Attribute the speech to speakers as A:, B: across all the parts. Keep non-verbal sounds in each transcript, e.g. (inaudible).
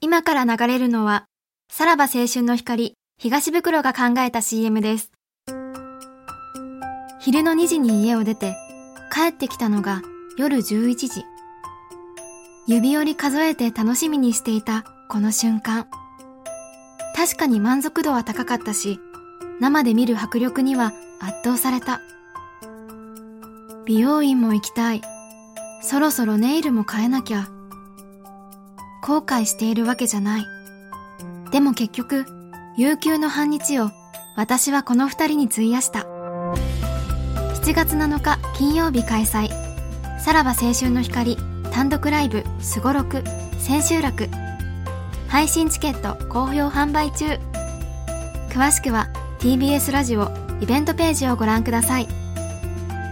A: 今から流れるのは、さらば青春の光、東袋が考えた CM です。昼の2時に家を出て、帰ってきたのが夜11時。指折り数えて楽しみにしていたこの瞬間。確かに満足度は高かったし、生で見る迫力には圧倒された。美容院も行きたい。そろそろネイルも変えなきゃ。後悔しているわけじゃない。でも結局、有給の半日を私はこの二人に費やした。7月7日金曜日開催。さらば青春の光単独ライブすごろく千秋楽。配信チケット好評販売中。詳しくは TBS ラジオイベントページをご覧ください。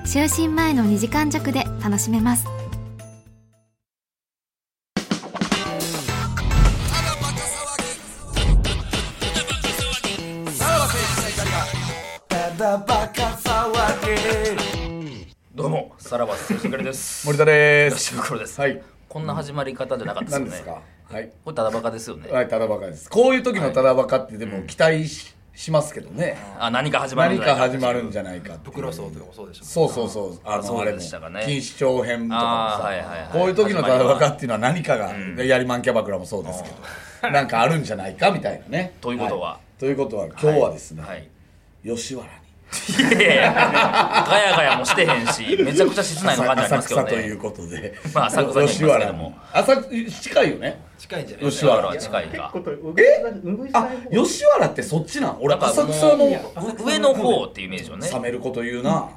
A: 就寝前の2時間弱で楽しめます。
B: どうも、さらば青春からです。 (laughs)
C: 森田で
B: 吉
C: す。
B: 袋です。
C: はい。
B: こんな始まり方じゃなかったですよ
C: 何
B: ね。
C: ですか。はい。
B: これただバカですよね。
C: はい、ただバカです。こういう時のただバカってでも期待し,、ますけどね。
B: あ、何か始まるん
C: 何
B: じゃない
C: か始まるんじゃないかっていう。
D: 袋層とかもそうでしょ
C: そうそうそう。あの
B: そう
C: あれも
B: でしたかね
C: 錦糸町編とかもさ、
B: あーはいはいはい
C: こういう時のただバカっていうのは何かが、やりまんキャバクラもそうですけど、なんかあるんじゃないかみたいなね。
B: (laughs) ということはい
C: ということは今日はですね、
B: はい。
C: 吉原に
B: いやいやいやガヤガヤもしてへんし、めちゃくちゃ室内の感じあり
C: 浅
B: ますけど
C: 草という
B: ね。
C: ことで、
B: まあ浅草にあります
C: (laughs) 吉
B: けども
C: 原に浅草近いよね。
D: 近いんじゃない
C: 吉
B: だから
C: 原
B: は。近いか。
C: あ、吉原ってそっちなん。俺
B: だから
C: 浅草
B: もう
C: の。
B: う上の方っていうイメージよね。
C: 冷めること言うな、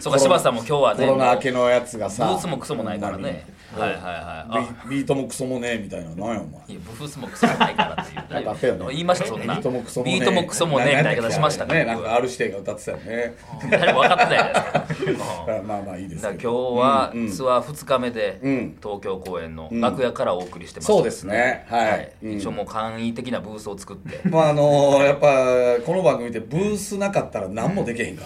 B: そうか、柴田さんも今日は
C: コ
B: ね、
C: ロナ明
B: ブ
C: けのやつがさ
B: ースもクソもないからね。はいはいはい。あ
C: ビビートもクソもねえみたいなのなんやお前
B: いや、ブフスもクソもないからっていう。
C: なんかあったよね
B: 言いました、そん
C: ビ
B: な。
C: ートもクソもねえ
B: ビートもクソもねえみたいな言い方しましたか
C: ね
B: ら。
C: なん
B: 僕
C: か R 指定が歌ってたよね
B: 誰も分かってないじゃないで
C: (laughs)
B: すか。うん
C: まあまあまあいいです
B: だから
C: け
B: 今日
C: ど
B: は
C: うんうん
B: ツアー2日目で
C: うん
B: 東京公演の楽屋からお送りしてます、
C: そうですねはい、うん
B: 一応もう簡易的なブースを作って
C: まああのーやっぱこの番組ってブースなかったら何もできへんか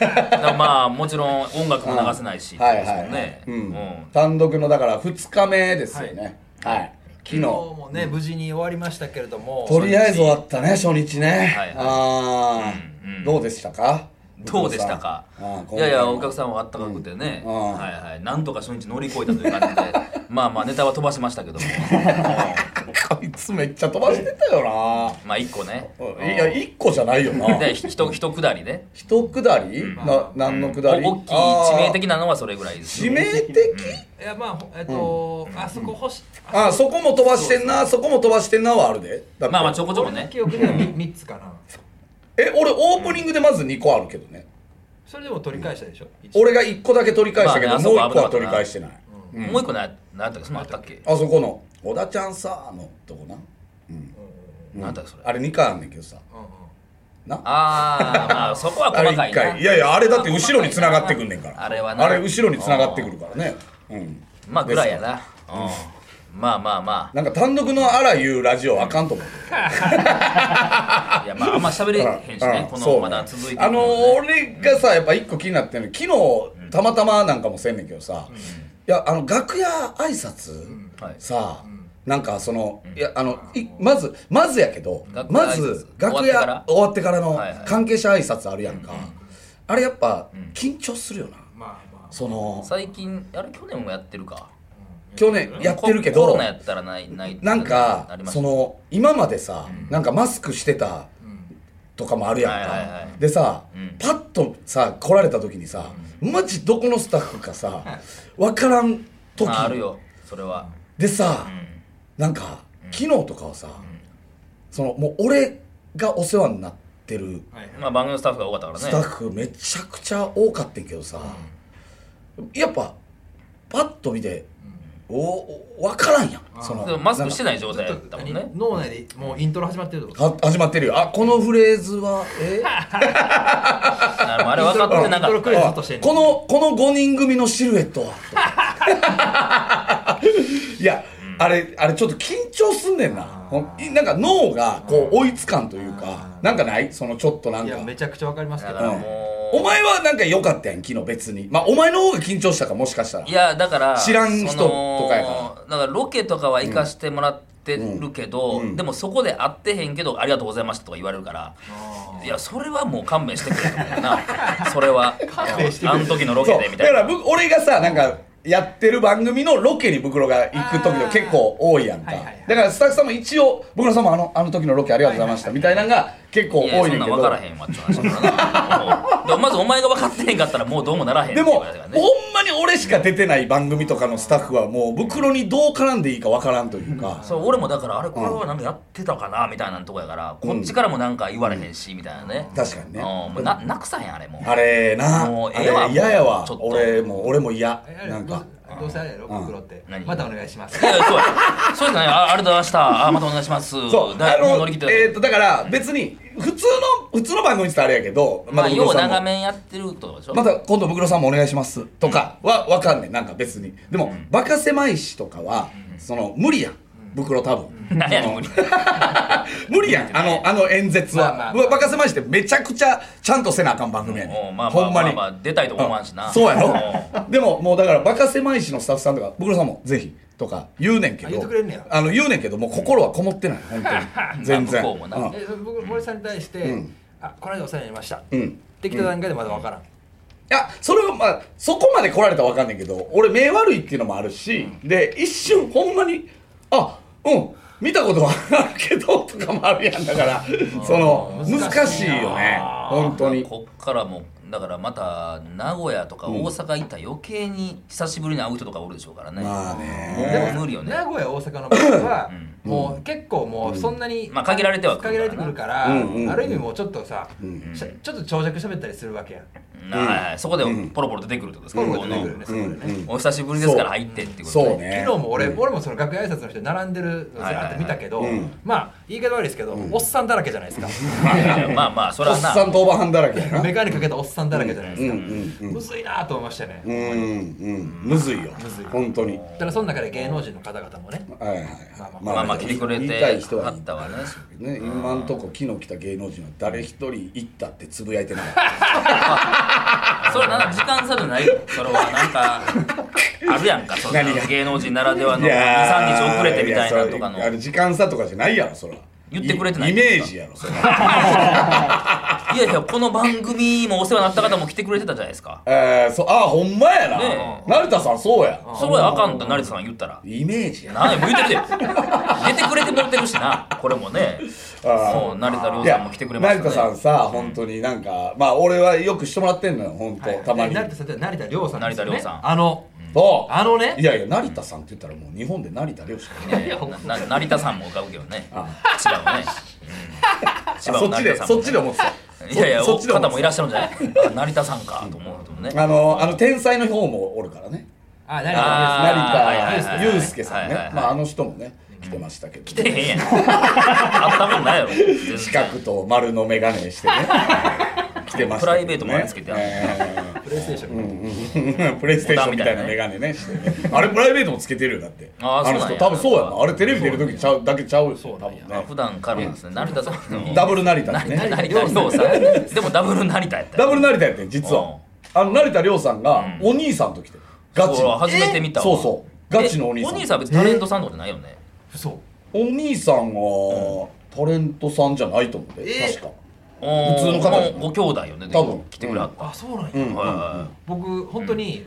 C: ら、
B: だからまあもちろん音楽も流せないし
C: はい
B: で
C: は
B: す
C: い
B: も
C: はい、
B: んね
C: うん
B: うん
C: 単独のだから2日目ですよねはい、昨
D: 昨日
C: 日
D: もね、無事に終わりましたけれども
C: とりあえず終わったね初日ね、
B: はいはい
C: ああ、
B: うんうん
C: どうでしたか
B: どうでしたか
C: あー
B: いやいやお
C: さん
B: 客さんはあったかくてね、
C: うんうん
B: はいはいなんとか初日乗り越えたという感じで (laughs) まあまあネタは飛ばしましたけども
C: こいつめっちゃ飛ばしてたよ
B: まあ1個ね
C: な。いや、一個じゃないよな。
B: (laughs) でひとひとくだりね
C: 一くだり、な、何のくだり、
B: お大きい
C: あー
B: 致命的なのはそれぐらいです
C: 致命的
D: いやまあほえっと、あそこ星
C: あそこも飛ばしてんな、そこも飛ばしてんなはあるで。だって
B: まあまあちょこちょこ
D: 俺の
B: ね
D: 記憶ではみ三つかな
C: え、俺オープニングでまず2個あるけどね。
D: それでも取り返したでしょ一応
C: 俺が1個だけ取り返したけど、
B: まあね
C: もう1
B: あそ
C: 個
B: こ
C: は
B: は危
C: 取
B: な
C: り
B: か
C: 返
B: ったな
C: してない。
B: もう一個な何やったっけそんなんあったっけ
C: あそこの、小田ちゃんさ、のとこな。
B: 何やったっけそれ
C: あれ2回あんねんけどさ。
D: うんうん
C: な。
B: ああ、まあそこは
C: あれ
B: 細か
C: 1
B: いな。
C: 回。いやいや、あれだって後ろに繋がってくんねんから。
B: あれはな
C: あれ後ろに繋がってくるからね。うん。
B: まあぐらいやな。うん。まあまあま
C: なんか単独のあら言うラジオあかんと思う。
B: あ。いやまああんま喋れへんしね。
C: う
B: こ
C: んそ
B: の
C: う
B: まだ続いてる
C: あの
B: ね
C: 俺がさやっぱ一個気になってるの昨日たまたまなんかもせんねんけどさ、いやあの楽屋挨拶、
B: はい
C: さ、なんかその、いやあのいまずまずやけど
B: 楽屋挨
C: ま
B: 拶
C: ず
B: 終わっ
C: 楽
B: てから
C: 屋終わってからの
B: はいはい
C: 関係者挨拶あるやんか、あれやっぱ緊張するよな、
D: まあまあ
C: その
B: 最近あれ去年もやってるか。
C: 去年やってるけど
B: コロナやったらないない。
C: なん
B: あ
C: か
B: りまし
C: そ
B: たね
C: の今までさ、なんかマスクしてたとかもあるやんか、
B: はいはいはい
C: でさ、
B: ん
C: パッとさ来られた時にさ、マジどこのスタッフかさ分からん時
B: まああるよ。それは。
C: でさ、
B: うん
C: なんか昨日とかはさ、そのもう俺がお世話になってる
D: はいはい
B: まあ番組のスタッフが多かった
C: ス
B: か
C: タッ
B: らね。
C: フめちゃくちゃ多かったんけどさ、やっぱパッと見て、お分からんやんその
B: でもマスクして
C: なんか
B: ない状態
D: ち
B: だ
D: ょ
B: っ
D: ったと
B: もんね
D: 何。脳内でもうイントロ始まってるってこと
C: は始まってるよあこのフレーズは
D: (laughs)
C: え
B: あれあれ分かってなか
D: イ
B: っ
D: ントロ
B: た
D: クイズずっとしてんね
C: こ
D: ん
C: のこの5人組のシルエットは (laughs) いや、あれあれちょっと緊張すんねんなほんいなんか脳がこう追いつかんというかなんかないそのちょっとなん
D: い
C: か
D: やめちゃくちゃわかりますけ
B: だ
D: ど
B: から
C: うん
B: も
C: お前はなんか良かったやん昨日別にまあお前の方が緊張したかもしかしたら
B: いやだから
C: 知らん人
B: その
C: とかやか
B: だからロケとかは行かしてもらってるけど、
C: うんうん
B: でもそこで会ってへんけど「ありがとうございました」とか言われるからいやそれはもう勘弁してくれと思うな (laughs) それは
D: 弁してく
B: あ
D: れ
B: の時のロケ
C: そう
B: でみ
C: だ
B: た
C: か
B: いな
C: ら僕俺がさなんかやってる番組のロケに袋が行く時の結構多いやんか、
D: あーはいはいはい
C: だからスタッフさんも一応僕らさんもあのあの時のロケありがとうございましたみたいなのが結構多
B: いや
C: い
B: そ
C: ねん
B: んな
C: け
B: ん
C: ど
B: 分からへんわって話だからなでもまずお前が分かってへんかったらもうどうもならへん
C: でも、
B: っていう話だから
C: ほ
B: ね
C: んまに俺しか出てない番組とかのスタッフはもう袋にどう絡んでいいかわからんというか、
B: そう俺もだからあれこれはなんかやってたかなみたいなとこやから、
C: うん
B: こっちからもなんか言われへんしみたいなね、
C: 確かにね
B: うんもうななくさへんあれもう
C: あれな
B: もう
C: あ
B: ええわ
C: れ嫌やわ
B: ちょっと
C: 俺も俺も嫌
D: な
C: なんん
D: か
C: か
D: どうせあれやろ
C: うん
D: 袋って
B: 何
D: またお願いします
B: いやいやそうやそうじゃないあありがとうございましたあまたお願いします
C: そう
B: だ
C: あ
B: いもう
C: の
B: 乗り切ってた
C: えー、とだから別に普通の普通の番組って言ったらあれやけど
B: まあ
C: たブク
B: よ
C: ロ
B: う
C: さんも
B: 長めやってるとでしょ
C: また今度ブクロさんもお願いしますとかはわかんねんなんか別にでも、バカ狭いしとかは、その無理やんブクロ多分、
B: 何やねん無理だ
C: 無理やんあのあの演説は、
D: まあまあ
C: バカ狭いしってめちゃくちゃちゃんとせなあかん番組やね、
B: うんんまあま
C: ほ
B: あ
C: んま
B: ま
C: に、
B: あまあ出たいと思わんしな
C: そうや
B: ん
C: ろでももうだからバカ狭いしのスタッフさんとかブクロさんもぜひとか言うねんけど
D: あ言ってくれんねや
C: あの言うねんけどもう心はこもってない本当に全然
B: 向こうもな
C: うん
D: え僕森さんに対して
C: うん
D: 「あこの間お世話になりました」っ
C: うん
D: て来た段階でまだ分からん
C: いや、それはまあ、そこまで来られたらわかんないけど、俺目悪いっていうのもあるし、で、一瞬ほんまに、あ、うん、見たことはあるけど、とかもあるやんだから、その、難しいよね、本当に。
B: こっからもうだからまた名古屋とか大阪行ったら余計に久しぶりに会う人とかおるでしょうからね
C: まあ
B: も
C: ね
B: う無理よね
D: 名古屋大阪の場合は
B: う
D: もう結構もうそんなに
B: まあ限られてはくるからな
D: 限られてくるからあ
C: うんうんうん
D: る意味もうちょっとさしゃちょっと長尺喋ったりするわけやん
B: はいそこでポロポロ出てくるってことですか
D: ポロポロ出てくる
B: こ
D: ね
B: こ
D: そこでね
B: のお久しぶりですから入ってってこと
C: そう
D: 昨
C: ね。
D: 日も俺、俺もその楽屋挨拶の人並んでるの
B: はいはいはい
D: あって見たけど、
C: うん
D: まあ言い方悪いですけど、おっさんだらけじゃないですか
B: まあいやいや (laughs) まあまあそれ
C: お
B: は
C: っ
B: な
C: さんとおばはんだらけやな。
D: メガネかけたおっさんだらけじゃないですか、
C: うんうんうん
D: むずいなと思いましたね、
C: うん、うん、むずいよ
D: ずい。
C: 本当に。
D: だからその中で芸能人の方々もね
C: はいはい
D: ま
C: は
D: あ
C: い。
B: まあまあ来てくれ
C: 言いた
B: て
C: い人は
B: あったわね
C: ね、今んとこ昨日来た芸能人は誰一人行ったってつぶやいてない。
B: それはな時間差じゃないよそれはなんかあるやんかそんな
C: 何が
B: 芸能人ならではの
C: いやー
B: 23日遅れてみたいな
C: いやそ
B: とか
C: れあ
B: の
C: れ時間差とかじゃないやろそら
B: 言ってくれてない
C: イイメージやろそれ
B: いやいやこの番組もお世話になった方も来てくれてたじゃないですか
C: えー、そうあーほんまやな、
B: ね
C: 成田さんそうや
B: それはあかんと成田さんが言ったら
C: イメージやな
B: 何も言うてるで出てくれてもらってるしなこれもね
C: あー
B: そう成田凌
C: い
B: さ
C: や
B: んも来てくれました
C: 成田さん
B: ね
C: さ本当になんかまあ俺はよくしてもらってんのよ本当、たまに
D: 成田さんって成田凌さんですよ、ね、
B: 成田凌さん
D: あの
C: そう
D: あのね
C: いやいや成田さんって言ったらもう日本で成田凌しかいない
B: いやいやなな成田さんも浮かぶけどね
C: あ
B: 千葉のねうん千
C: あそっちでそっちで
B: も
C: 思ってた
B: ねいやいや
C: そそっちで思
B: 方
C: っ
B: も
C: て
B: いらっしゃるんじゃないあ成田さんかと思うともね
C: たあのあの天才の方もおるからね
D: あ成
B: あ
D: 田
B: ーはいはい
C: 成
B: はい
C: 田悠介さんね、
B: はいはいはい
C: まああの人もね来てましたけど、
B: 来てへんや
C: (laughs)
B: んあったもんないやろ全然
C: 四角と丸の眼鏡
B: (laughs)
C: してね来てましたけどね
B: プライベートもあれつけてある
C: え
D: プレイステーション、
C: ー (laughs) プレイステーションみたいな眼鏡ねしてねあれプライベートもつけてるよだって
B: あー
C: の
B: そうなん
C: 人
B: や
C: 多分そうやなあれテレビ出る時ちゃうだけちゃうよ多分
B: あ
C: ね
B: 普段からですね成田さんの
C: ダブル成田で
B: 成
C: ね
B: 田凌さんでもダブル成田やった
C: ダブル成田やってん実はあの成田凌さんがお兄さんと来てるガチ
B: そう
C: の
B: 初めて見たわ
C: そうそうガチのお兄さん
B: えお兄さんは別にタレントさんとかじゃないよね
D: 嘘
C: お兄さんはタレントさんじゃないと思う
D: え
C: で
D: ー
C: 確か
B: 普
C: 通の方だよね
B: ご兄弟よね
C: 多分
B: 来てくれはった
D: あそうなんや、
C: うん
B: はいは
D: 僕本当に、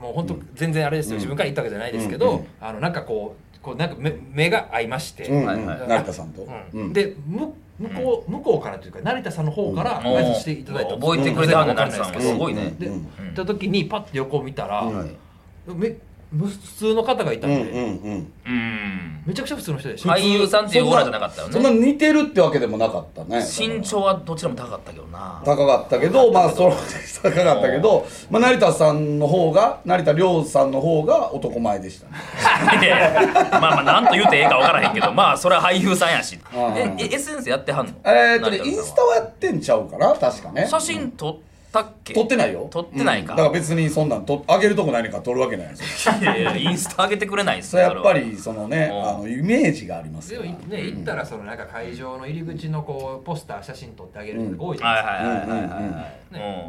D: もう本当全然あれですよ、自分から言ったわけじゃないですけど、
C: うん
D: あのなんかこうこうなんか目目が合いまして、
C: うんう
B: はい
C: ん
B: はい
C: 成田さんと
D: うん
C: うん
D: でむ向こう向こうからというか成田さんの方から
B: い
D: 挨拶していただいたんです
B: 覚えてくれてはるね
D: 全然わ
B: 成田さん
D: かんないですけ
B: は
D: ど
B: すごいね
C: う
D: で、
C: ん
D: 行った時にパッて横を見たら、
C: うん
D: めむ普通の方がいた
C: うんんう
D: で、
C: んうん
B: うん
D: めちゃくちゃ普通の人でした、
B: 俳優さんっていうオーラじゃなかったよ
C: そんな
B: ね
C: 似てるってわけでもなかったね
B: 身長はどちらも高かったけどな
C: 高かったけどまあその (laughs) 高かったけど、まあ、成田さんの方が成田凌さんの方が男前でしたね
B: いやいやまあまあなんと言うてええか分からへんけどまあそれは俳優さんやし
C: うん
B: ええ SNS やってはんの
C: えーっとね
B: 成田さんは
C: インスタはやってんちゃうかな確かね
B: 写真撮っったっけ
C: 撮ってないよ
B: 撮ってないか
C: うんだから別にそんなんとあげるとこないねんから撮るわけないやんそれ
B: いやいやインスタ上げてくれないです
C: それやっぱ
B: それ
C: りそのね
B: うん
C: あのイメージがあります
D: で
C: か
D: も
C: ら
D: ね行ったらそのなんか会場の入り口のこうポスター写真撮ってあげる
C: うん
D: 人多いじゃ
B: は
D: ない
B: は
D: ですか、
B: いはい
C: う
B: はい
C: んうん
B: はい、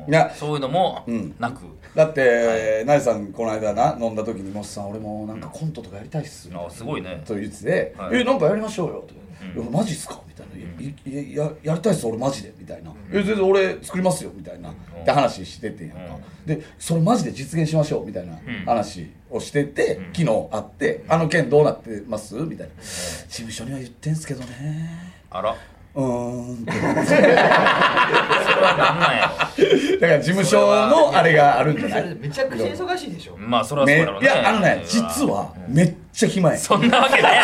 B: う
C: い
B: ん
C: や
B: そういうのも
C: うん
B: なく、
C: だってナイさんこの間な飲んだ時に「もしさん俺もなんかコントとかやりたいっす」
B: あすごいね
C: と言ってて
B: は
C: 「
B: い
C: えなんかやりましょうよ」と「
B: うん
C: いやマジっすか?」みたいな「いいいややりたいっす俺マジで」みたいな「え全然俺作りますよ」みたいなって話しててんやんかでそれマジで実現しましょうみたいな話をしてて昨日会って「あの件どうなってます?」みたいな「事務所には言ってんすけどね
B: あら」
C: うーんって
B: それはなんなんや
C: だから事務所のあれがあるんじゃな
D: それ
C: い
D: めちゃくちゃ忙しいでしょ
B: ろまあそれはそう
C: め
B: だろう
C: い
B: ね
C: やあのね
B: それ
C: 実はめっちゃ暇や
B: そんなわ
C: (laughs)
B: けないや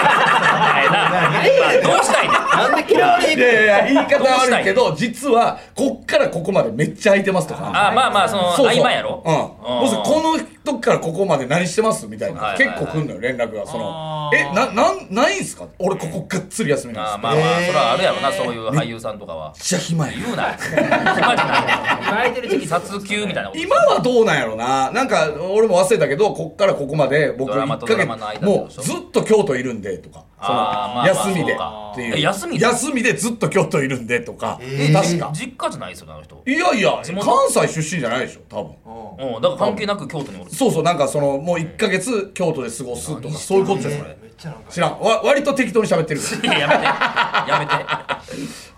B: ろどうしたいねんなんで嫌われ
C: いやいや言い方悪いけど実はこっからここまでめっちゃ空いてますとか
B: あまあまあそ
C: そ
B: の
C: うそう
B: 合間やろ
C: うん
B: うん
C: もしこの時からここまで何してますみたいな
B: は
C: い結構来んのよ連絡がそ
D: あ
C: の
D: ー
C: えななんないんすか俺ここがっつり休みな
B: あー
C: んです
B: まあまあそれはあるやろなそういう俳優さんとかは
C: めっちゃ暇や
B: 言うな (laughs) 暇じゃ
D: 空いてる
B: ない
D: 時
B: ね
D: 期
B: 殺球みたいなこと
C: 今はどうなんやろななんか俺も忘れたけどこっからここまで僕
B: ドラマ
C: 1
B: と
C: ヶ
B: ドラマの
C: 月
B: 間って
C: も
B: こ
C: う
B: と
C: ずっと京都いるんでとかそ
B: あーまあま
C: の
B: あ
C: 休みで
B: そうか
C: っていう
B: え休みで
C: 休みでずっと京都いるんでとか
D: えー
C: 確か
B: 実家じゃないですよねあの人
C: いやいや
B: 地
C: 関
B: 元
C: 西出身じゃないでしょ多分
D: う
B: うんだから関係なく京都におる
C: そうそうなんかそのもう1ヶ月京都で過ごすとかそういうことじゃ
D: ん
C: ん
D: ね
C: それ
D: めっちゃなんか
C: 知らんわ割と適当に喋ってる
B: いややめてや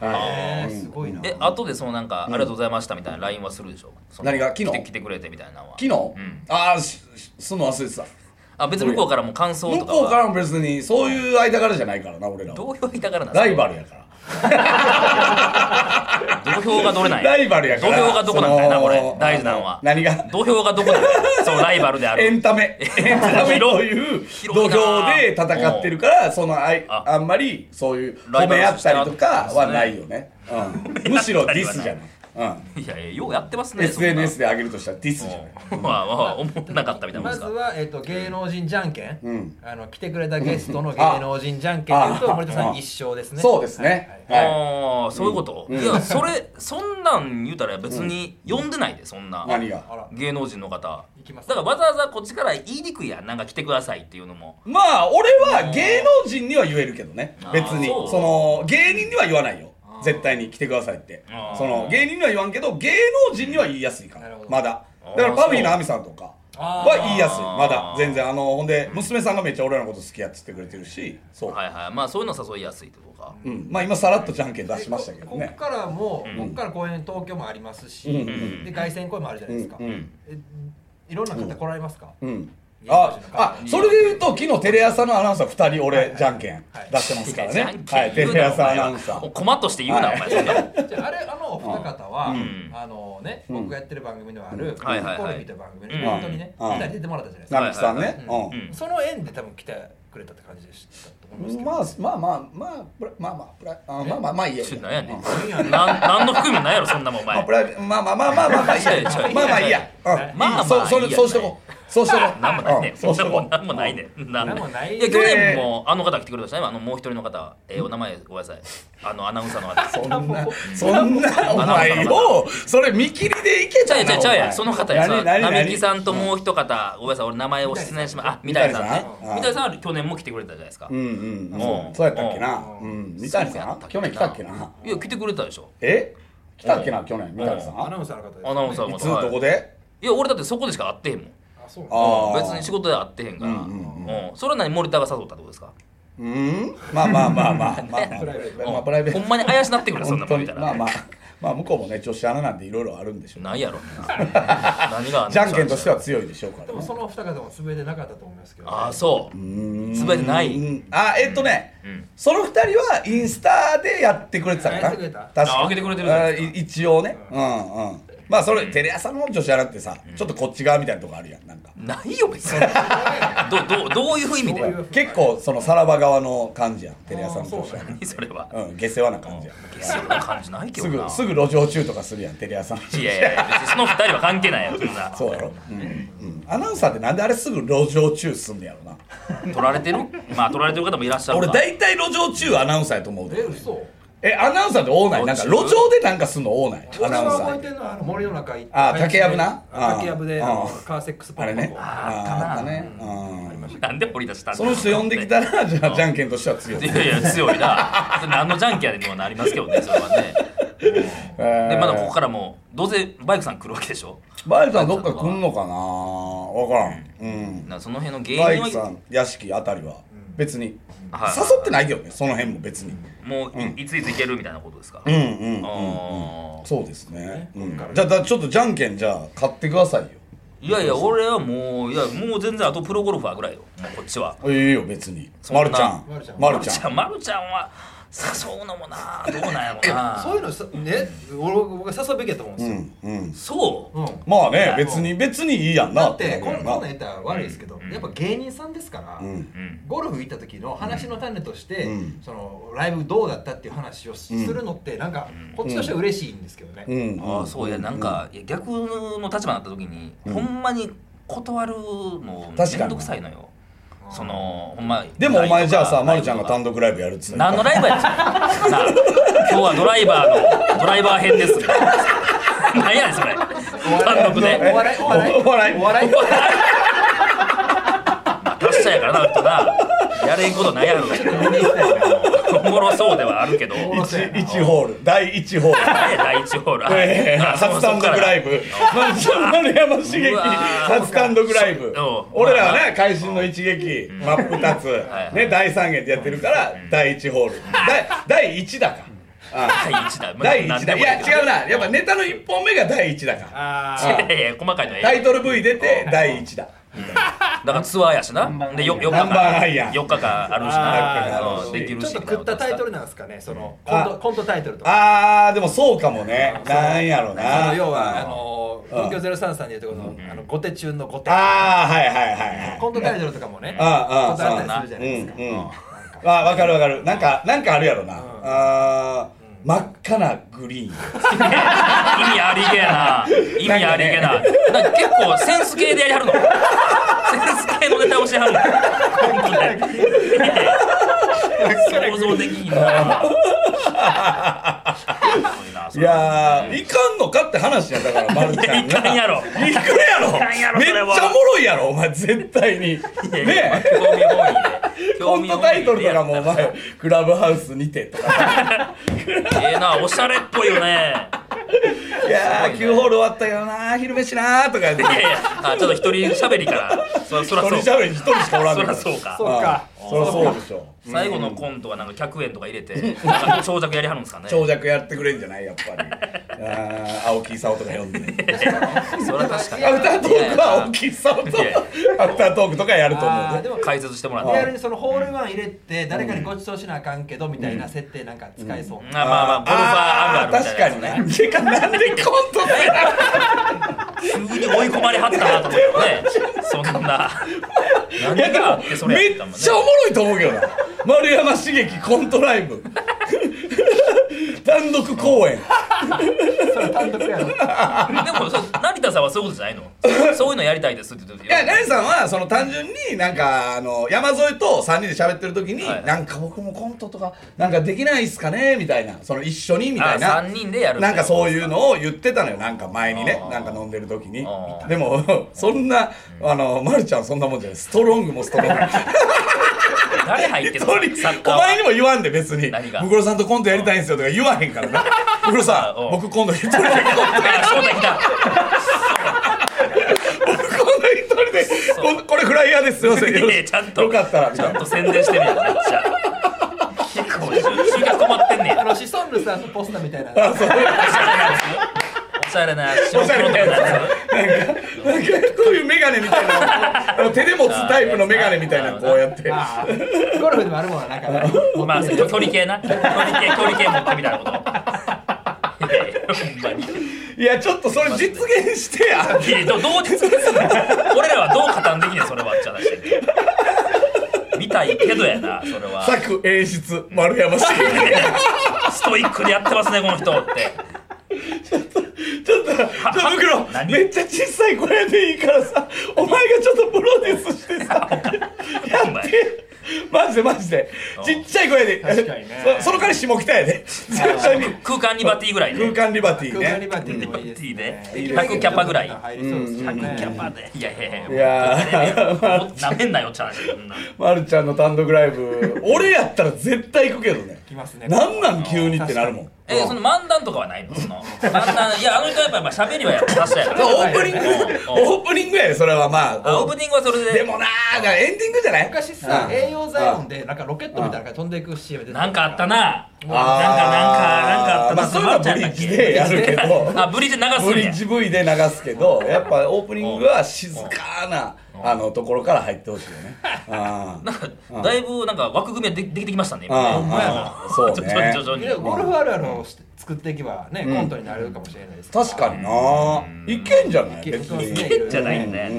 D: えーすごいな
B: めてえ後でそのなんか「ありがとうございました」みたいな LINE はするでしょその
C: 何が昨日
B: 来て来てくれてみたいなのは
C: 昨日ああすすんの忘れてた
B: あ別に向こうからも感想
C: 向
B: とか
C: こうか
B: は
C: らも別にそういう間柄じゃないからな俺らは
B: 同僚いたからなんです
C: ラ
B: か
C: イバルやから
B: 土俵がどれない
C: ライバルやから
B: 土俵がどこなんだよな
C: その
B: これ大事なのは
C: 何が
B: 土俵がどこなんだそうライバルで
C: (laughs)
B: あ
C: エ
B: る
C: ンタメエンタメと
B: (laughs)
C: いう土
B: いな
C: 俵で戦ってるからそのあい
B: あ
C: あんまりそういう
B: ライ
C: 褒
B: バル
C: め
B: 視
C: 合ったりとかはないよね、
B: て
C: うん、
B: (laughs) な
C: む
B: い
C: しろディスじゃない、う
B: いやいやようやってます
C: ん、
B: ねそんな
C: SNS で上げるとしたらディスじゃない
B: うんまあまあ思わなかったみたいなもんで
D: ま
B: す
D: ず
B: か
D: は、えっと芸能人じゃんけん、
C: うん
D: あの来てくれたゲストの芸能人じゃんけんっていう
C: あ
D: と
C: あ
D: 森田さん一勝ですね
C: そうですね、はい
B: ああそういうこと、いやそれそんなん言うたら別に呼んでないでそんな
C: 何が
D: あら
B: 芸能人の方
D: 行きます
B: だからわざわざこっちから言いにくいやんなんか来てくださいっていうのも
C: まあ俺は芸能人には言えるけどね
B: あー
C: 別に
B: そう
C: その芸人には言わないよ絶対に来てくださいって
B: あー
C: その芸人には言わんけど芸能人には言いやすいか
D: なる
C: ら
D: ほど
C: まだ
B: あー
C: だからパフィーの亜美さんとか
D: あー
C: は言いやすい
B: あー
C: まだ全然あのほんで娘さんがめっちゃ俺らのこと好きやっつってくれてるしそう、
B: はいはいまあそういうの誘いやすいってことか、
C: うん、まあ今さらっとじゃんけん出しましたけど
D: ここっ
C: ね
D: からも、こっから公演東京もありますし、
C: うん
B: うん
D: で凱旋公演もあるじゃないですか、
C: うんうん
D: えいろんな方来られますか、
C: うん
D: 芸能
C: あ
D: 人の方
C: あそれで言うと昨日テレ朝のアナウンサー2人俺じゃんけん出してますからね、
B: いや
C: は
B: じゃん
C: いテ
B: けん言う
C: レ
B: な
C: 朝アナウンサ
B: お前
C: ー
B: 駒として言うな、
C: はい
B: お前そんな
D: じゃああれあのお二方は、
B: ん
D: あのね僕がやってる番組ではある、コ
B: はいはいはい
D: コルビという番組で、
B: うん
D: 本当にね、
C: うん
D: 二人出てもらったじゃないですか、
C: 並木さんね、
D: はいはいはい
C: うん
B: うん
D: その縁で多分来てくれたって感じでしたと思いますけど、
C: まあまあまあまあプラまあまあプラあまあまあまあいいや
B: ちょなんやね
C: うんん
B: なんなんの含みもないやろそんなもんお
C: まあ
B: 前
C: プラまあまあまあまあまあまあいい
B: (laughs) ちょいちょ
C: や
B: い
C: まあまあいいやうん
D: まあ
B: まあ
C: そうそれ
B: いいや
C: そうしてこうそうしてこう
B: (laughs) なんもないね。
C: うんそ
B: そ
C: うんして
B: な
C: こ
B: も
C: うん
B: なんもないね。なん
D: なんもない
B: や去年もあの方来てくれましたね。あのもう一人の方、えーお名前ごめんなさい。あのアナウンサーの方。
C: そんなそんなお前よそれ見切りでいけ
B: ち
C: ち
B: ゃ
C: ゃ
B: う
C: う
B: ちゃ
C: な
B: うちゃう
C: お
B: やん。
C: 前
B: その方や。その
C: 何何何
B: 並木さんともう一方、ごめんなさい。俺名前を失念しました。あ、三谷さんね
C: 三谷さん。あ
B: 三谷さんは去年も来てくれたじゃないですか
C: う。んうん
B: も
C: そううそうやったっけな
D: う
C: うん三谷さん去年来たっけない
B: や来てくれたでしょ。
C: え来たっけな去年三谷さ
D: アナ
C: ん
D: ウンサーの方です、
B: アナウンサー
C: い
B: の
C: つ
B: 方。
C: どこで
B: いや俺だってそこでしか会ってへんもん。
D: あそうなんだ
C: ああ
B: 別に仕事で会ってへんから。
C: うん
B: うんそれは何森田が誘ったってことですか。
C: うんまあまあまあまあまあま
B: (laughs)
C: あ
D: プライベート
C: まあ
B: うん
C: プライベート
B: ほんまに怪し
C: (laughs)
B: なってくるそ
C: 本
B: んな
C: 当
B: もん
C: に
B: 見たら。
C: まあまあまあ向こうもね女子アナなんていろいろあるんでしょう
B: ない
C: (laughs)
B: やろ。何があの
C: じゃんけんとしては強いでしょうか
D: で
C: ら
D: も
C: ね
D: そのお二方も滑れなかったと思いますけど、
B: ああそう
C: つ
B: 滑ってない
C: あえっとね
B: うん
C: その二人はインスタでやってくれてたか
D: や
C: な
D: ってくれた
C: 確か
B: あ上げてくれてるじゃないですか
C: あい一応ねうんうんまあそれテレ朝の女子アナってさちょっとこっち側みたいなとこあるやんなんか
B: ないよ別にどどどういう意味
D: どう
B: で
D: いう
C: 結構そのさらば側の感じやんテレ朝の女子ア
B: 何それは
C: ナうん下世話な感じやん
B: そんな感じないけど
C: すぐ
B: な
C: すぐ路上中とかするやんテレ朝の
B: いやいやいや別にその二人は関係ないやろそんな
C: そうやろうんうんアナウンサーってなんであれすぐ路上中すんのやろな
B: 取られてるまあ取られてる方もいらっしゃる
C: 俺
B: か
C: 大体路上中アナウンサーやと思うで
D: え嘘
C: えアナウンサーってオーナイなんか
B: どっ
C: 路
B: ち
C: 上でなんかすんのオーナイア
E: アナ
C: ナウ
E: ウン
C: ンサ
E: サ
C: ー
E: 覚えてんのはあの森の中行って
C: あ竹やぶなあー
D: 竹やぶであのカーセックスパ
C: あ
D: ンパ
C: れ
D: ン
C: ね
D: を
C: ああったねうん
B: なんで掘り出したんだ
C: その人呼んできたらじゃあじゃんけんとしては強い
B: いやいや強いなそれ何のジャンキーやねんにもなりますけどねそれはねでまだここからもうどうせバイクさん来るわけでしょ
C: バイクさんどっか来んのかなわからんうん
B: なその辺の
C: バイ
B: 芸人
C: クさ
B: は
C: ん屋敷あたりは別に
B: はい
C: 誘ってないけどねその辺も別に
B: もういいついつ行けるみたいなことですか
C: うんうん
B: あー
C: そうですねうん
D: こっから
C: じゃあだちょっとじゃんけんじゃあ買ってくださいよ
B: いやいや俺はもういやもう全然あとプロゴルファーぐらいよもうこっちは
C: ええよ別に
B: そんな
C: まるちゃん
D: まるちゃん
C: まるちゃん
B: まるちゃんは誘うのもなどうなんやろうな
D: そういうのさね俺僕が誘うべきやと思うん
C: う
D: ですよ、
C: んうん
B: そう
D: うん
C: まあね
B: や
C: 別に別にいいやんな
E: だってこんこんなん
C: な
E: 言ったら悪いですけど、やっぱ芸人さんですから、
C: うん
B: うん
E: ゴルフ行った時の話の種として、
C: うん
E: そのライブどうだったっていう話をす
C: うん
E: るのってなんか、こっちとしては嬉しいんですけどね、
C: うん
B: ああそういやなんかいや逆の立場になった時にほんまに断るのめ
C: 確かに
B: んどくさいのよそのほんま
C: でもお前じゃあさまるちゃんが単
B: 独
C: 独ライブやるっつって
B: 何のライブやねんそれなあ今日はドライバーのドライバー編ですみたいな何やねんそれ単独
C: え
E: お
B: で
E: 笑いお笑い
C: お (laughs) 笑い
E: お笑い
B: 達者やからなあの人なやれんことないやろおもろそうではあるけど
E: おもろそうやな
C: 1ホール第1ホール
B: 何や第一ホール
C: ええ初単独ライブ丸山茂樹
B: うわー
C: 初単独ライブ
B: そう
C: 俺らはね会心の一撃真っ二つ
B: はい
C: ね第三弦でやってるから第1ホールだ第1だかあ
B: 第一だ
C: 第1だいや違う
B: な
C: なやっぱネタの1本目が第1だから
D: ああ
C: あ
B: いやいや細かいの
C: タ
B: や
C: イトル V 出て第1だ
B: だからツアーやしな。で、よ、4日
C: ナンバーワンや
B: 間。4日間あるし
C: あ
B: な。
C: ー
B: あのできる
D: ちょっ
B: し。
D: と食ったタイトルなんですかねそのコン
C: あ
D: トコントタイトルとか
C: あーでもそうかも
B: (laughs)
C: ねなんやろ
D: あ
C: な
D: の要はあの東京ゼロ三さんでいうとこのあの後手中の後手
C: あーはいはいはいはい
D: コントタイトルとかもね
C: あーあー
D: こだわっ
C: あー
D: たりするじゃないですか
C: うんうんあわかるわかるなんかなんかあるやろな、あー真っ赤なグリーン
B: 意味ありげやな。意味ありげな。なんか結構センス系でやりはるの。センス系のネタをしてはるの。コントで。想像できひんな。そういうなそ
C: い
B: れ
C: やーいかんのかって話やだからまるちゃん
B: いやいかんやろ
C: いくやろ
B: いかんやろ
C: めっち
B: それ
C: ゃお
B: は
C: もろいやろお前絶対に
B: いやいや
C: ねえ
B: 興味本位で
C: コ
B: 興
C: ン
B: 味本
C: ト
B: 位
C: タイトル
B: で
C: と
B: や
C: か
B: っ
C: も
B: た
C: お前クラブハウスにて
B: (laughs)
C: とか
B: ええなおしゃれっぽいよね
C: いやー9ホール終わったけどなー昼飯なーとか言って
B: いやいやあちょっと一人しゃべりからそそら
C: 一
B: そ
C: 人
B: う
C: しゃべり一人しかおらん
B: そ
C: ねん
B: らそうか
D: そうか
C: あーそらそうでしょ
B: 最後のコントはなんか100円とか入れてなんか長尺やりはるんですかね
C: 長尺やってくれんじゃないやっぱり
B: (laughs)
C: あー青木功とか呼んで
B: それは確かに
C: アフタートークは大きいさんと
B: いやいや
C: アフタートークとかやると
E: あ
C: 思
E: ー
C: う
E: で
C: ね
E: も
B: 解説してもらっ
E: リアル
B: て
E: にそのホールワン入れて誰かにご馳走しなあかんけどみたいな設定なんか使えそう、
B: まあまあまあゴルファーあるあるみたいなやつ
C: 確かにねてかなんでコントだよ
B: 急に追い込まれはったなと思ってねそんな何があってそれ
C: めっ
B: やったもんね
C: ちゃおもろいと思うけどな丸山茂樹コントライ
B: (laughs)
C: ブ (laughs) 単独公演
E: それ単独やろ
B: でもそう成田さんはそういうことじゃないのそういうのやりたいですって言って
C: いや、ナイさんは、その単純になんか、あの、山添と3人で喋ってる時に、
B: はい
C: なんか僕もコントとか、なんかできないっすかねみたいな、その一緒にみたいな。
B: あ三人でやる
C: なんかそういうのを言ってたのよ、なんか前にね、なんか飲んでる時に
B: あ。ー
C: (laughs) で
B: (laughs)
C: も、そんな、あの、まるちゃんそんなもんじゃない。ストロングもストロング。
B: 誰入って
C: 一
B: る
C: 人
B: の (laughs) サッカー
C: お
B: は
C: 前にも言わんで別に
B: 何が
C: ムクロさんとコントやりたいんですよとか言わへんから
B: (laughs)
C: なムクロさ
B: うん
C: ん僕今度一人で (laughs) コントやりたい
B: あ正体来た
C: こんな一人でこんこれフライヤーですよ
B: いやいやちゃんと
C: よかったらみ
B: ち
C: た
B: ゃ
C: い
B: ん
C: な
B: と宣伝してるやんめっちゃ結構集客困ってんねや
E: あのシソンヌさんのポスターみたいな
C: あそう
B: おしゃれな白黒のやつ
C: なんかこういうメガネみたいなあの手で持つタイプのメガネみたいなのこうやって
E: あーゴルフでもあるものはなんかな
B: まあ、距離計な。距離計、距離計持ってみたい
C: (laughs)
B: なこと。いやいやほんまに
C: いやちょっとそれ実現してや
B: いやどどう実現すんの (laughs) 俺らはどう加担できねえそれはって話やけど見たいけどやなそれは
C: 作演出丸山茂
E: (laughs)
C: 樹
B: ストイックでやってますねこの人って
C: ちょっとちょっと袋
B: 何
C: めっちゃ小さい小屋でいいからさお前がちょっとプロデュースしてさ
B: お前
C: マジでマジで
B: あ
C: ちっちゃい声で
E: 確かにね
C: そその代わり下北やで一緒に
B: 空間リバティぐらいで
C: 空間リバティ
E: 空間リ
C: ね
E: バティでもいいですね
B: いいね100キャパぐらい
E: 入りそうですけどね
B: 100キャパでいやいやい
C: い
B: や
C: やー
B: なめんなよ
C: (laughs)
B: チャーシーそんな
C: まるちゃんの単独ライブ俺やったら絶対行くけど
E: (laughs)
C: ね
E: 来ますね
C: なんなん急にってなるもん
B: えその漫談とかはないのその漫談いやあの人はやっぱやっぱ喋りはやっぱ達者
C: (laughs)
B: やから
C: オープニング
B: うん
C: オープニングやでそれはま
B: あ
C: あ
B: オープニングはそれで
C: でもなーだからエンディングじゃない
E: 昔さ
C: うん
E: 栄養剤飲んでなんかロケットみたいなのが飛んでいく CM で
B: なんかあったななんかなんかなんかあった
C: まあそれはブリッジでやるけど
B: (laughs) あブリッジで流すんや
C: ブリッジ V で流すけどやっぱオープニングは静かなあのところから入ってほしいよねあ
B: なんかだいぶなんか枠組みはでできてきましたね
C: あああ
B: 今ね
C: あそう
B: 徐々に
C: ね
B: 徐々に
E: でもゴルフあるあるをし作っていけばねコントになるかもしれないです
C: 確かにないけんじゃない
E: いけ
C: 別に
E: い
B: じゃないよね、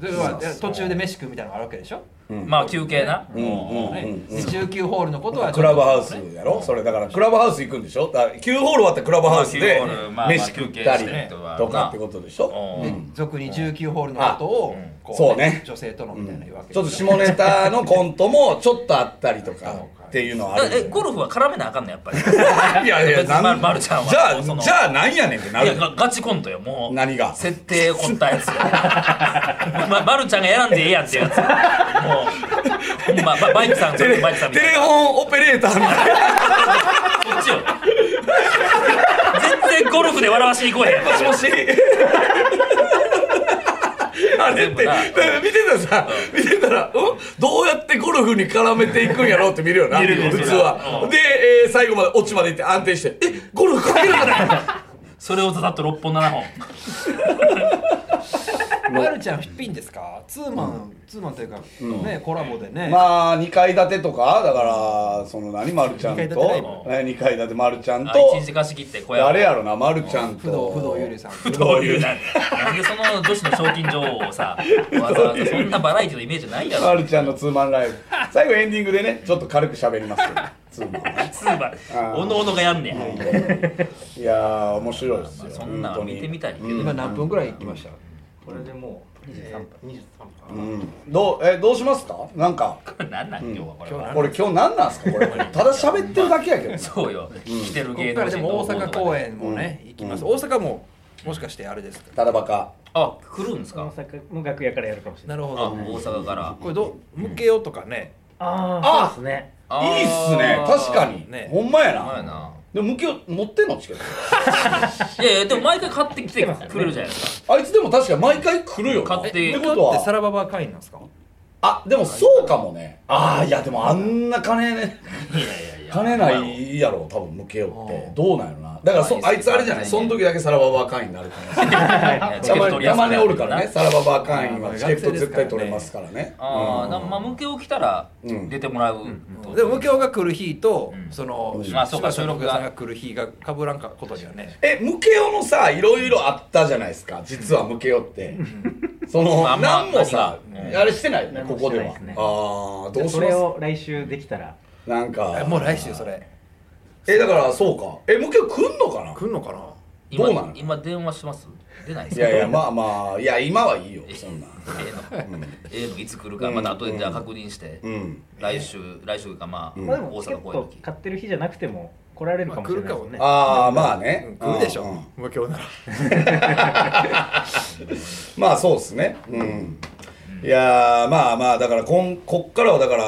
E: でまあ途中で飯食うみたいなのがあるわけでしょ
B: まあ休憩な、
C: うんうん
E: ねで19ホールのことは
C: クラブハウス
E: ちょっとね
C: やろそれだからクラブハウス行くんでしょだから9ホール終わったらクラブハウスで
B: まあ9ホールまあまあ
C: 飯食ったり
B: 休憩してとか
C: とかってことでしょ
B: うん
E: で俗に19ホールのことをこ
C: そうね
E: 女性とのみたいな言うわけで
C: ちょっと下ネタのコントもちょっとあったりとかっていうのはあ
B: だ
C: る
B: からえゴルフは絡めなあかんのやっぱり
C: いやいや
B: 別に
C: なん
B: まるちゃんは
C: じゃ
B: もうそ
C: あ
B: の
C: じゃあなんやねん (laughs) ってないる
B: やがガチコントよもう
C: 何が
B: 設定凝ったやつ (laughs) ままるちゃんが選んでええやんってやつもうほんまばバイクさん
C: テレ
B: バイクさんみ
C: テ
B: たい
C: レ
B: な
C: フォンオペレーターみたいな
B: こっちよ全然ゴルフで笑わしに来へん
C: もしもしあれってだから見てたらさ見てたら、うん、どうやってゴルフに絡めていくんやろうって見るよな
B: 見る見る
C: 普通は
B: うん
C: で、えー最後まで落ちまで行って安定してえゴルフかけるかな
B: それをざざっと6本7本
E: まるちゃんフィッピンですかツーマンツーマンというかねコラボでね
C: まあ2階建てとかだからその何丸ちゃんと
E: 二階建てライブ
C: 2階建て丸ちゃん
B: あ
C: と
B: 1日貸し切って小屋を
C: あれやろな丸ちゃんと
E: 不動不動ゆりさん
C: 不
B: ど
C: 動
B: うい
C: ゆ
B: う
C: り
B: なんなんでその女子の賞金女王をさわざわざそんなバラエティのイメージないや
C: ま
B: ろ
C: るちゃんのツーマンライブ最後エンディングでねちょっと軽く喋りますけどツーマンね
B: スーパーおのおのがやんねん
C: いやー面白いですよ
B: そんな
C: 本当
B: の
C: に
B: 見てみたいけど
E: 今何分ぐらい行きました
F: これでもう23分23分
C: うんどうえどうしますかなんか
B: なんなん今日はこれは
C: これ今日何なんすかこ
B: (laughs)
C: れただ喋ってるだけやけど
B: そうよ来てる
E: こ
B: 芸
E: こからで
B: 能人
E: も大阪公
B: 演
E: 演もね行きます大阪ももしかしてあれですか
C: ただバカ
B: あ来るんです
F: 大
B: か
F: 阪の楽屋からやるかもしれない
E: なるほ
B: あ
E: ど
B: 大阪から
E: これどう向けようとかね
F: あ
C: あ
F: あそうですね
B: あ
C: い
B: ー
C: いっすね確かに、
E: ね
C: ほんまや
B: ほんま
C: な
B: やな
C: でも向きを持ってんのチケッ
B: いやいやでも毎回買ってきてくれるじゃないです
C: トあいつでも確か毎回来るよな
B: 買って
C: っ
E: え
C: て
E: だ
C: こと
E: ってサ
C: は
E: ラババ会員なんですか
C: あでもそうかもねああいやでもあんな金ね
B: かいやいやいや
C: 金ないやろ多分向けようってどうなんやろなだからそ
B: まあ
C: あいつあれじゃないその時だけサラババア会員になるから山に山根おるからねサラババア会員はチケット絶対取れますからね
B: ああだからまあ向けを来たら
C: うん
B: 出てもらう
E: でも向けようが来る日とその
B: まあそうか
E: 柴田
B: 収録が
E: さんが来る日がかぶらんかことにはね
C: えムケオのさいろいろあったじゃないですか実はムケオってその
B: まあまあ
C: 何もさ
B: 何が
C: あれしてないよね
F: 何
C: こ
F: も
C: こでは
F: してないですね
C: ああどうし
F: それ
C: ま
F: を来週できたら
C: すなんか
E: もう来週それ
C: えだからそうかえムケオ来んのかな
E: 来んのかな
B: 今
C: どうなの
B: 今電話します出ないです
C: い
B: か
C: やいやまあまあいや今はいいよそんな
B: ええのええのいつ来るかまた後でじゃあ確認して
C: うん
B: 来週来週かまあ
F: まあでも
B: 大
F: チケ
B: 阪
F: ッ
B: 公演の
F: ト
B: 時
F: 買ってる日じゃなくても来られるかもしれないですね
C: ああまあね
E: 来るでし
C: うんうん
E: ょ向けようなら
C: まあそうですねうんいやーまあまあだからこんこっからはだから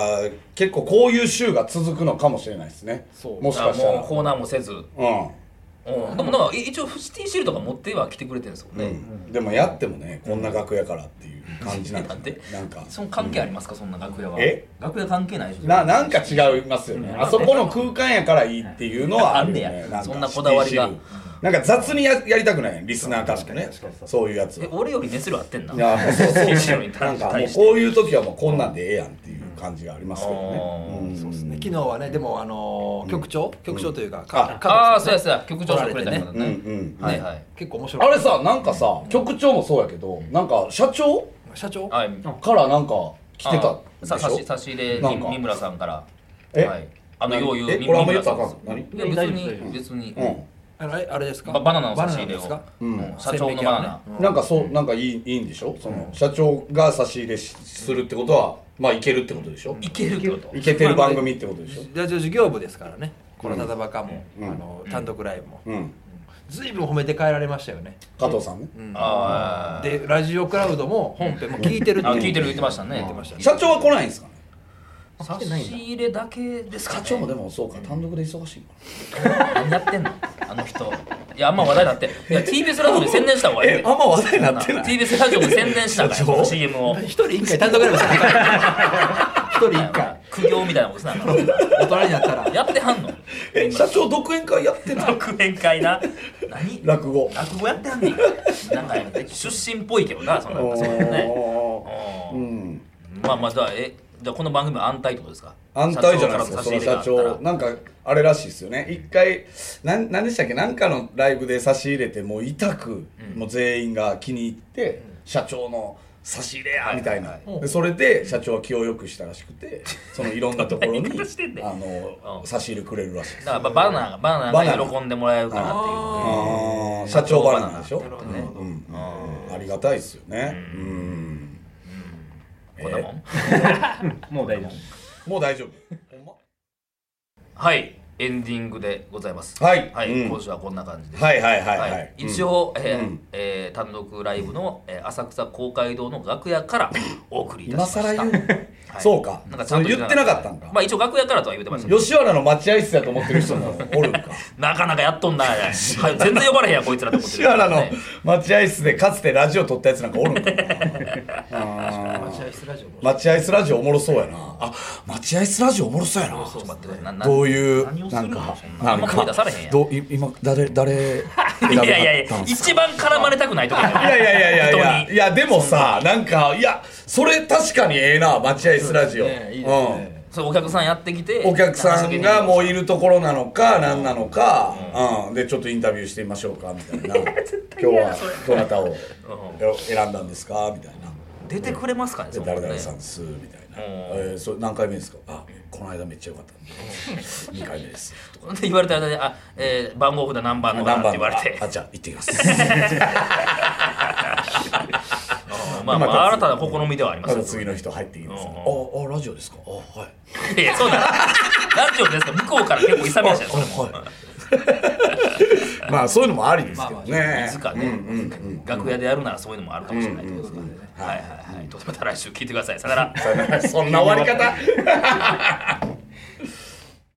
C: 結構こういう週が続くのかもしれないですね
E: そう
C: もしかした
B: あ
C: ら
B: もうコーナーもせず
C: うん
B: うんでもなんか一応シティシールとか持っては来てくれてるんですもん
C: う
B: ね
C: ん、でもやってもねこんな楽屋からっていう感じなん
B: (laughs) なんで
C: ですなんか
B: その関係ありますかそんな楽屋は
C: え
B: 楽屋関係ないでしょ
C: ななんか違いますよねあそこの空間やからいいっていうのはあるよ
B: あんね
C: ね
B: や
C: か
B: そんなこだわりが
C: シティシールなんか雑にややりたくないリスナーからもねそういうやつは
B: え俺より熱量あってんない
C: やそうそう
B: (laughs) シティシールに
C: なん
B: 対
C: かもう
B: して
C: こういう時はもうこんなんでええやんっていう感じがありますけどね、うん
E: そうですね昨日はねでもあのー局長局長というか
C: あ
E: か
B: ああ
E: か
B: そうやそうや局長してくれた人だ
C: うんう
B: ね
C: ん
B: はいはい
E: 結構面白い
C: あれさなんかさ局長もそうやけどなんか社長
E: 社長
B: はい
C: からなんか来て
B: あ
C: た
B: さ
C: でし
B: 差
C: ょ
B: し差し入れ
C: な
B: に
C: んか
B: 三村さんから
C: え
B: はいあの
C: 何
B: よう言う
C: え
B: 三
C: 俺あんま言
B: 村
C: った
B: さ
C: らあかんの何
B: んいや別
F: 大丈夫大丈
B: に
F: 夫
B: 別に
C: うん
E: あのあれあれですか
B: ババナナの差し入れを
E: バナナですか
C: うん
B: 社長のバナナ
C: なんかそうなんかいいいいんでしょその社長が差し入れしするってことはまあいけるってことでしょ
B: いけるってこと
C: いけてる番組ってことでしょ
E: ラジオ事業部ですからねこのただバカも、
C: うん
E: あの単独ライブも、
C: うん
E: ずいぶん褒めて帰られましたよね、
C: 加藤さんね
E: うん
B: あー
E: でラジオクラウドも本編も聞いてるって
B: あ聞いてる言ってましたね
E: 言ってましたね
C: 社長は来ないんですかね
B: 差し入れだけですか
C: 社長
B: ね
C: もでもそうか単独で忙しいんか
B: 何やってんのあの人いやあんま話題になっていや TBS ラジオで宣伝した方がいい
C: えあんま話題になってない
B: TBS ラジオで宣伝したから CM を
E: 一人一回単独ライブしてるから一人一回
B: 苦行みたいなことすな
E: 大人になったら
B: やってはんの
C: え社長独演会やってない
B: 特演会な何
C: 落語
B: 落語やってはんねん (laughs) なんか出身っぽいけどなそのそうね
C: おーう
B: うん
C: ん
B: まあまあじゃあえじゃあこの番組は安泰ってことですか
C: 安泰じゃないですかその
B: 社
C: 社
B: 長
C: 長
B: からの差し入れがあった
C: な
B: ら
C: んかあれらしいですよね一回なんなんでしたっけなんかのライブで差し入れてもう痛く、もう全員が気に入って、社長の差し入れやみたいな、でそれで社長は気を良くしたらしくてそのいろんなと
B: (laughs)
C: ころに
B: 何してんねん
C: あの
B: うん
C: 差し入れくれるらしいです
B: だからばバナナがバナナが喜んでもらえるかなっていう
C: あ
E: あ
C: ー社長バナナでしょ、
E: なるほどね
C: うんうんありがたいですよねうん、
B: こんなもん
F: もう大丈夫。
C: もう大丈夫ほん
B: はいエンディングでございます
C: はい
B: はい
C: うん
B: 今週はこんな感じで
C: まはいはいはいは、
B: はいい、一応、えー
C: うん
B: えー単独ライブの、えー、浅草公会堂の楽屋からお送りいたし
C: 今
B: ました
C: 更言うの、
B: はい
C: (laughs) そうか
B: なんかち
C: そ
B: ゃ
C: れ
B: んと
C: 言ってなかったんか、
B: まあ一応楽屋からとは言ってましたけど、
C: 吉原の待合室だと思ってる人もおるんか
B: なかなかやっとんな、はい、 (laughs) 全然呼ばれへんやこいつらと思っ
C: (laughs)
B: て
C: 吉
B: る
C: 原の
B: ね
C: 待合室でかつてラジオ撮ったやつなんかおるん (laughs) かなあー
E: 待合室ラジオも
C: 待合室ラジオおもろそうやなあ待合室ラジオおもろそうやな
B: ちょっと待ってなな
C: どういう
B: 何をす
C: な
B: る
C: ん
B: の
C: か
B: そん
C: な
B: なんあんま声出さ
C: か
B: れへんやん
C: どうい今誰誰選
B: い
C: びはったんすか
B: やいやいや一番絡まれたくないところい
C: いやいやいやいやいや
B: 人
C: い
B: に
C: やでもさなんかいやそれ確かにええな待合室ラジオ、
E: ねいいですね
B: そうお客さんやってきて
C: お客さんがもうい
B: る
C: るところなのか何なのか、うんでちょっとインタビューしてみましょうかみたいな
B: (laughs)
C: 今日はどなたを選んだんですかみたいな
B: 出てくれますかね
C: で
B: そこ
C: 誰
B: ね
C: 々さんですみたいな、
B: うん
C: えーそれ何回目ですかあこの間めっちゃ良かっ
B: (laughs)
C: たんで2回目ですとか
B: で言われた間に「あ、えー、番号札何番のかな」って言われて
C: ああじゃあ行ってきます
B: (laughs) うんまあまあ新たな試みではありま
C: ますた
B: よ
C: 次の人入ってきます、
B: うんうん
C: ああラジオですかあはい
B: いやそうだラジオですか向こうから結構勇みましたよそれも
C: はい、まあそういうのもありですけどね、(laughs)
B: 水かね、楽屋でやるならそういうのもあるかもしれないということでね、はいはいはい、とまた来週聞いてくださいさよなら
C: そんな終わり方